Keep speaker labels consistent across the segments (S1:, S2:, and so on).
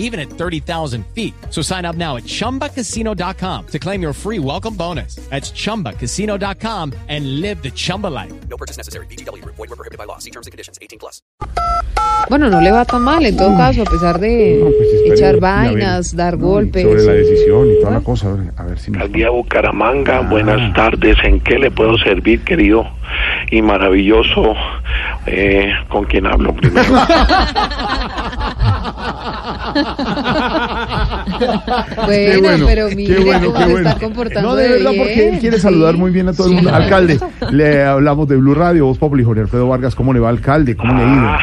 S1: even at 30,000 feet. So sign up now at ChumbaCasino.com to claim your free welcome bonus. That's ChumbaCasino.com and live the Chumba life.
S2: No purchase necessary. BGW. Void were prohibited by law. See terms and conditions. 18 plus.
S3: Bueno, no le va tan mal en todo caso, a pesar de
S4: No, pues espere,
S3: echar
S4: la ven-
S3: vainas, dar
S4: mm,
S3: golpes. Ah.
S4: Sobre la decisión y toda
S3: Bueno.
S4: la cosa, a ver, a ver si nos...
S5: Alcaldía
S4: Ah.
S5: Bucaramanga, buenas tardes. ¿En qué le puedo servir, querido y maravilloso? eh, ¿Con quién hablo primero?
S3: Bueno, pero mire
S4: qué bueno,
S3: cómo
S4: qué
S3: se
S4: bueno.
S3: está comportando
S4: No, de
S3: de
S4: verdad, porque él
S3: bien,
S4: quiere saludar
S3: sí.
S4: muy bien a todo el mundo. Alcalde, le hablamos de Blue Radio, Voz Populi, Jorge Alfredo Vargas. ¿Cómo le va, alcalde? ¿Cómo le ha ido?
S5: Ah,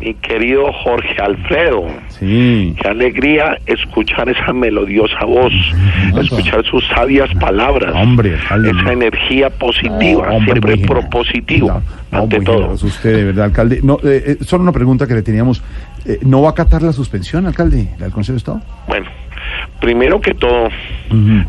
S5: mi querido Jorge Alfredo.
S4: Sí.
S5: Qué alegría escuchar esa melodiosa voz, escuchar sus sabias palabras,
S4: Hombre, alcalde.
S5: esa energía positiva,
S4: Hombre,
S5: siempre
S4: muy generoso.
S5: propositivo,
S4: No, no,
S5: ante
S4: muy
S5: todo.
S4: generoso usted, de verdad, alcalde. No, eh, eh, solo una pregunta que le teníamos. Eh, ¿No va a acatar la suspensión, alcalde, del Consejo de Estado?
S5: Bueno, primero que todo,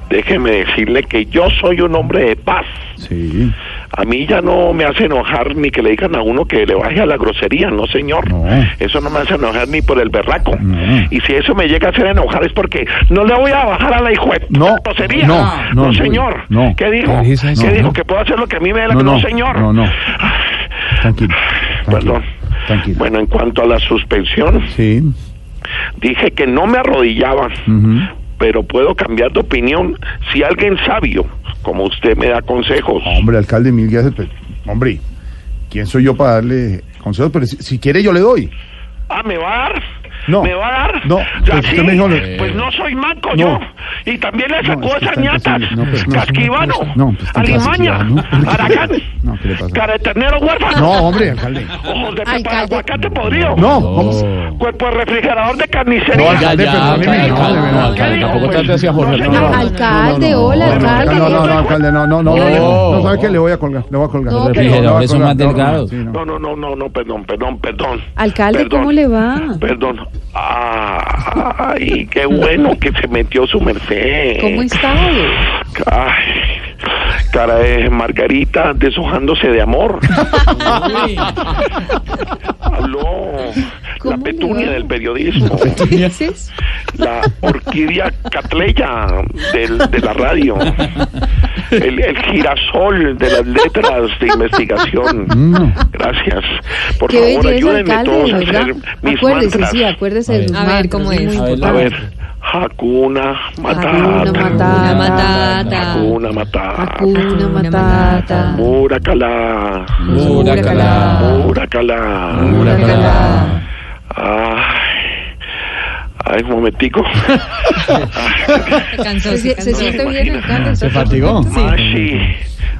S5: déjeme decirle que yo soy un hombre de paz.
S4: Sí.
S5: A mí ya no me hace enojar ni que le digan a uno que le baje a la grosería, no señor.
S4: No.
S5: Eso no me hace enojar ni por el berraco.
S4: No.
S5: Y si eso me llega a hacer enojar es porque no le voy a bajar a la hijo de
S4: No,
S5: grosería.
S4: no, no,
S5: señor.
S4: no.
S5: ¿Qué dijo?
S4: ¿Qué dices?
S5: ¿Qué
S4: No,
S5: dijo?
S4: no.
S5: ¿Que puedo hacer lo que a mí me dé la
S4: No,
S5: gana?
S4: no,
S5: señor.
S4: no, no. Tranquilo. tranquilo,
S5: Perdón.
S4: Tranquilo.
S5: Bueno, en cuanto a la suspensión,
S4: Sí.
S5: dije que no me arrodillaba,
S4: Ujú.
S5: pero puedo cambiar de opinión si alguien sabio, como usted, me da consejos.
S4: Hombre, alcalde, mil gracias. pues, hombre, ¿quién soy yo para darle consejos? Pero si, si quiere, yo le doy.
S5: Ah, ¿me va a dar?
S4: No.
S5: ¿Me va a dar?
S4: No,
S5: ¿Ya
S4: pues usted
S5: sí?
S4: me dijo lo-
S5: Pues no soy manco
S4: No.
S5: yo. Y también le
S4: No,
S5: sacó
S4: es que
S5: esas
S4: tanto
S5: ñatas.
S4: sí, no, pues, no,
S5: Casquivano.
S4: no, pues, no, pues, tanto
S5: Alimaña.
S4: casquivano, ¿no?
S5: Aragán.
S4: No, ¿qué le pasa?
S5: Careternero huérfano.
S4: No, hombre, alcalde.
S5: Ojos de pepa,
S3: Alcalde.
S5: aguacate podrido.
S4: No, vamos.
S5: Cuerpo de refrigerador de carnicería.
S4: No, alcalde,
S6: ya,
S4: perdóneme.
S6: alcalde,
S4: No, de verdad.
S6: alcalde,
S5: tampoco trate así a Jorge
S4: No, no, no, no,
S3: Alcalde,
S4: no, no,
S3: hola,
S4: no,
S3: alcalde.
S4: No, no, no, alcalde, no, no, no.
S6: No.
S4: No, ¿sabe qué? Le voy a colgar, le voy a colgar.
S3: No,
S4: Le voy a
S6: refrigeradores son
S4: colgar,
S6: más
S4: no, no,
S6: delgados.
S4: sí, no.
S5: No, no, no, no, no, perdón, perdón, perdón.
S3: Alcalde,
S5: Perdón,
S3: ¿cómo le va?
S5: Perdón. Ay, qué bueno que se metió su merced.
S3: ¿Cómo está?
S5: Ay, cara de Margarita deshojándose de amor. Habló la
S3: ¿Cómo le
S5: petunia
S3: va?
S5: del periodismo,
S3: ¿Qué es eso?
S5: la orquídea catleya del- de la radio, el, el girasol de las letras de investigación. Gracias. Por
S3: Qué
S5: favor,
S3: belleza,
S5: ayúdenme
S3: alcalde,
S5: todos a
S3: de verdad.
S5: hacer mis
S3: Acuérdese,
S5: mantras.
S3: sí, acuérdese de sus
S7: A ver,
S3: mantras,
S7: ¿cómo
S3: muy
S7: es? A
S6: ver,
S3: importante.
S6: la-
S5: A ver, Hakuna
S3: Hakuna
S5: Matata.
S3: Matata.
S7: Matata.
S5: Hakuna Matata.
S3: Hakuna Matata.
S5: Muracalá.
S6: Muracalá.
S5: Muracalá.
S6: Muracalá.
S5: Ay, ay, un momentico.
S7: Se cansó,
S3: ¿Se, se-
S7: se
S3: se
S7: cansó.
S3: siente
S5: imagina.
S3: bien, alcalde?
S6: Se fatigó.
S5: Mashi.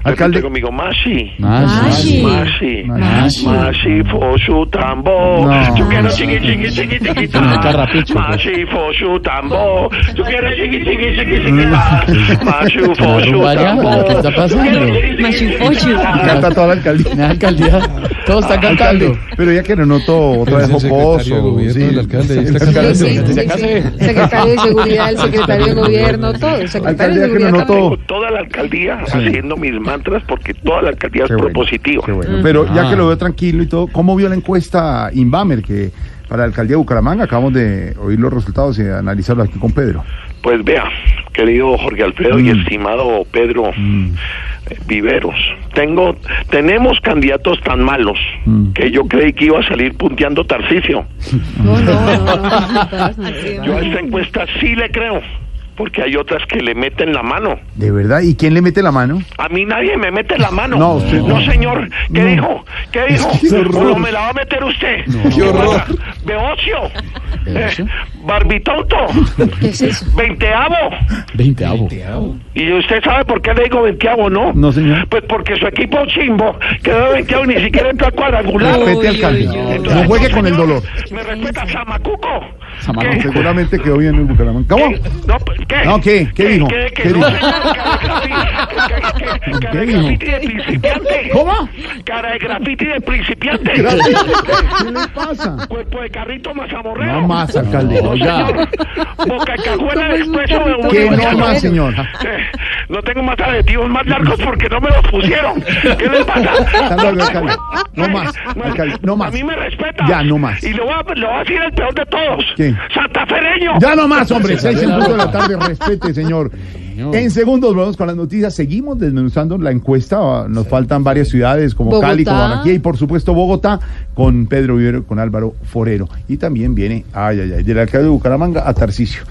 S4: Alcalde.
S5: Repite conmigo, Mashi. Ah,
S3: Mashi.
S5: Mashi.
S4: Mashi.
S5: Mashi for su tambor.
S4: No.
S5: Yo quiero chiqui chiqui chiqui chiquita.
S6: Una carrapicho, pues.
S5: Mashi for su tambor. Yo quiero chiqui chiqui chiqui chiquita. Mashi for su
S6: rumba ya,
S5: tambor.
S6: ¿qué está pasando?
S5: Yo quiero chiqui, chiqui,
S7: Mashi
S5: chiqui,
S7: for su.
S5: chiquita.
S4: Canta toda la alcaldía.
S6: La alcaldía, todo está cantando.
S4: Alcalde, pero ya que no noto otra vez
S8: Es el secretario de
S4: jocoso.
S8: gobierno del alcalde, ahí está
S4: alcalde,
S3: Sí, sí, sí,
S6: Se
S3: sí.
S6: case.
S3: Secretario de Seguridad, el secretario de Gobierno, todo. El secretario
S4: Alcalde,
S3: de
S4: ya que no
S3: Seguridad también.
S4: noto.
S5: Tengo toda la alcaldía haciendo mis mantras porque toda la alcaldía es
S4: Qué bueno,
S5: propositiva.
S4: qué bueno. Pero ya
S5: Ah.
S4: que lo veo tranquilo y todo, ¿cómo vio la encuesta Inbamer que para la alcaldía de Bucaramanga? Acabamos de oír los resultados y analizarlos aquí con Pedro.
S5: Pues vea, querido Jorge Alfredo y
S4: Mm.
S5: estimado Pedro eh, Viveros, tengo, tenemos candidatos tan malos
S4: Mm.
S5: que yo creí que iba a salir punteando Tarcicio.
S3: No, no, no, no.
S5: Yo a esta encuesta sí le creo, porque hay otras que le meten la mano.
S4: ¿De verdad? ¿Y quién le mete la mano?
S5: A mí nadie me mete la mano.
S4: No, usted no.
S5: señor. ¿Qué
S4: No.
S5: dijo? ¿Qué dijo?
S4: Qué
S5: ¿O
S4: horror.
S5: no me la va a meter usted?
S4: No. Qué horror.
S5: Beocio. Eh, barbitonto,
S3: ¿Qué es eso?
S5: veinteavo.
S6: Veinteavo.
S5: Y usted sabe por qué le digo veinteavo, ¿no?
S4: No, señor.
S5: Pues porque su equipo chimbo quedó veinteavo y ni siquiera entró al cuadrangular.
S4: Respete al
S7: uy,
S4: alcalde.
S7: uy, uy.
S4: No juegue con el dolor.
S5: Me respeta Samacuco.
S4: Samaná, seguramente quedó bien en Bucaramanga. ¿Cómo?
S5: ¿Qué? No, pues, ¿qué?
S4: No, ¿qué? ¿Qué dijo?
S5: ¿Qué,
S4: ¿Qué
S5: que no
S4: dijo?
S5: sé, cara de
S4: ¿Qué
S5: grafiti, cara de
S4: dijo?
S5: grafiti de principiante.
S4: ¿Cómo?
S5: Cara de grafiti de principiante.
S4: ¿Qué le pasa?
S5: Cuerpo de carrito mazamorreo.
S4: No más, alcalde.
S5: No,
S6: Ya.
S5: señor. Boca de cajuela de expreso de
S4: Que
S5: Bolívar.
S4: no más, señor.
S5: Eh, No tengo más adjetivos más largos porque no me los pusieron. ¿Qué les pasa?
S4: Hasta luego, alcalde. No más, alcalde. No
S5: A
S4: más.
S5: mí me respeta.
S4: Ya, no más.
S5: Y le voy a, le voy a decir el peor de todos.
S4: ¿Quién?
S5: Santafereño.
S4: Ya no más, hombre. Seis en punto de la tarde. Respete, señor. En segundos vamos con las noticias. Seguimos desmenuzando la encuesta. Nos faltan varias ciudades como
S3: Bogotá.
S4: Cali, como Barranquilla y por supuesto Bogotá con Pedro Vivero, con Álvaro Forero. Y también viene, ay, ay, ay, del alcalde de Bucaramanga a Tarcisio.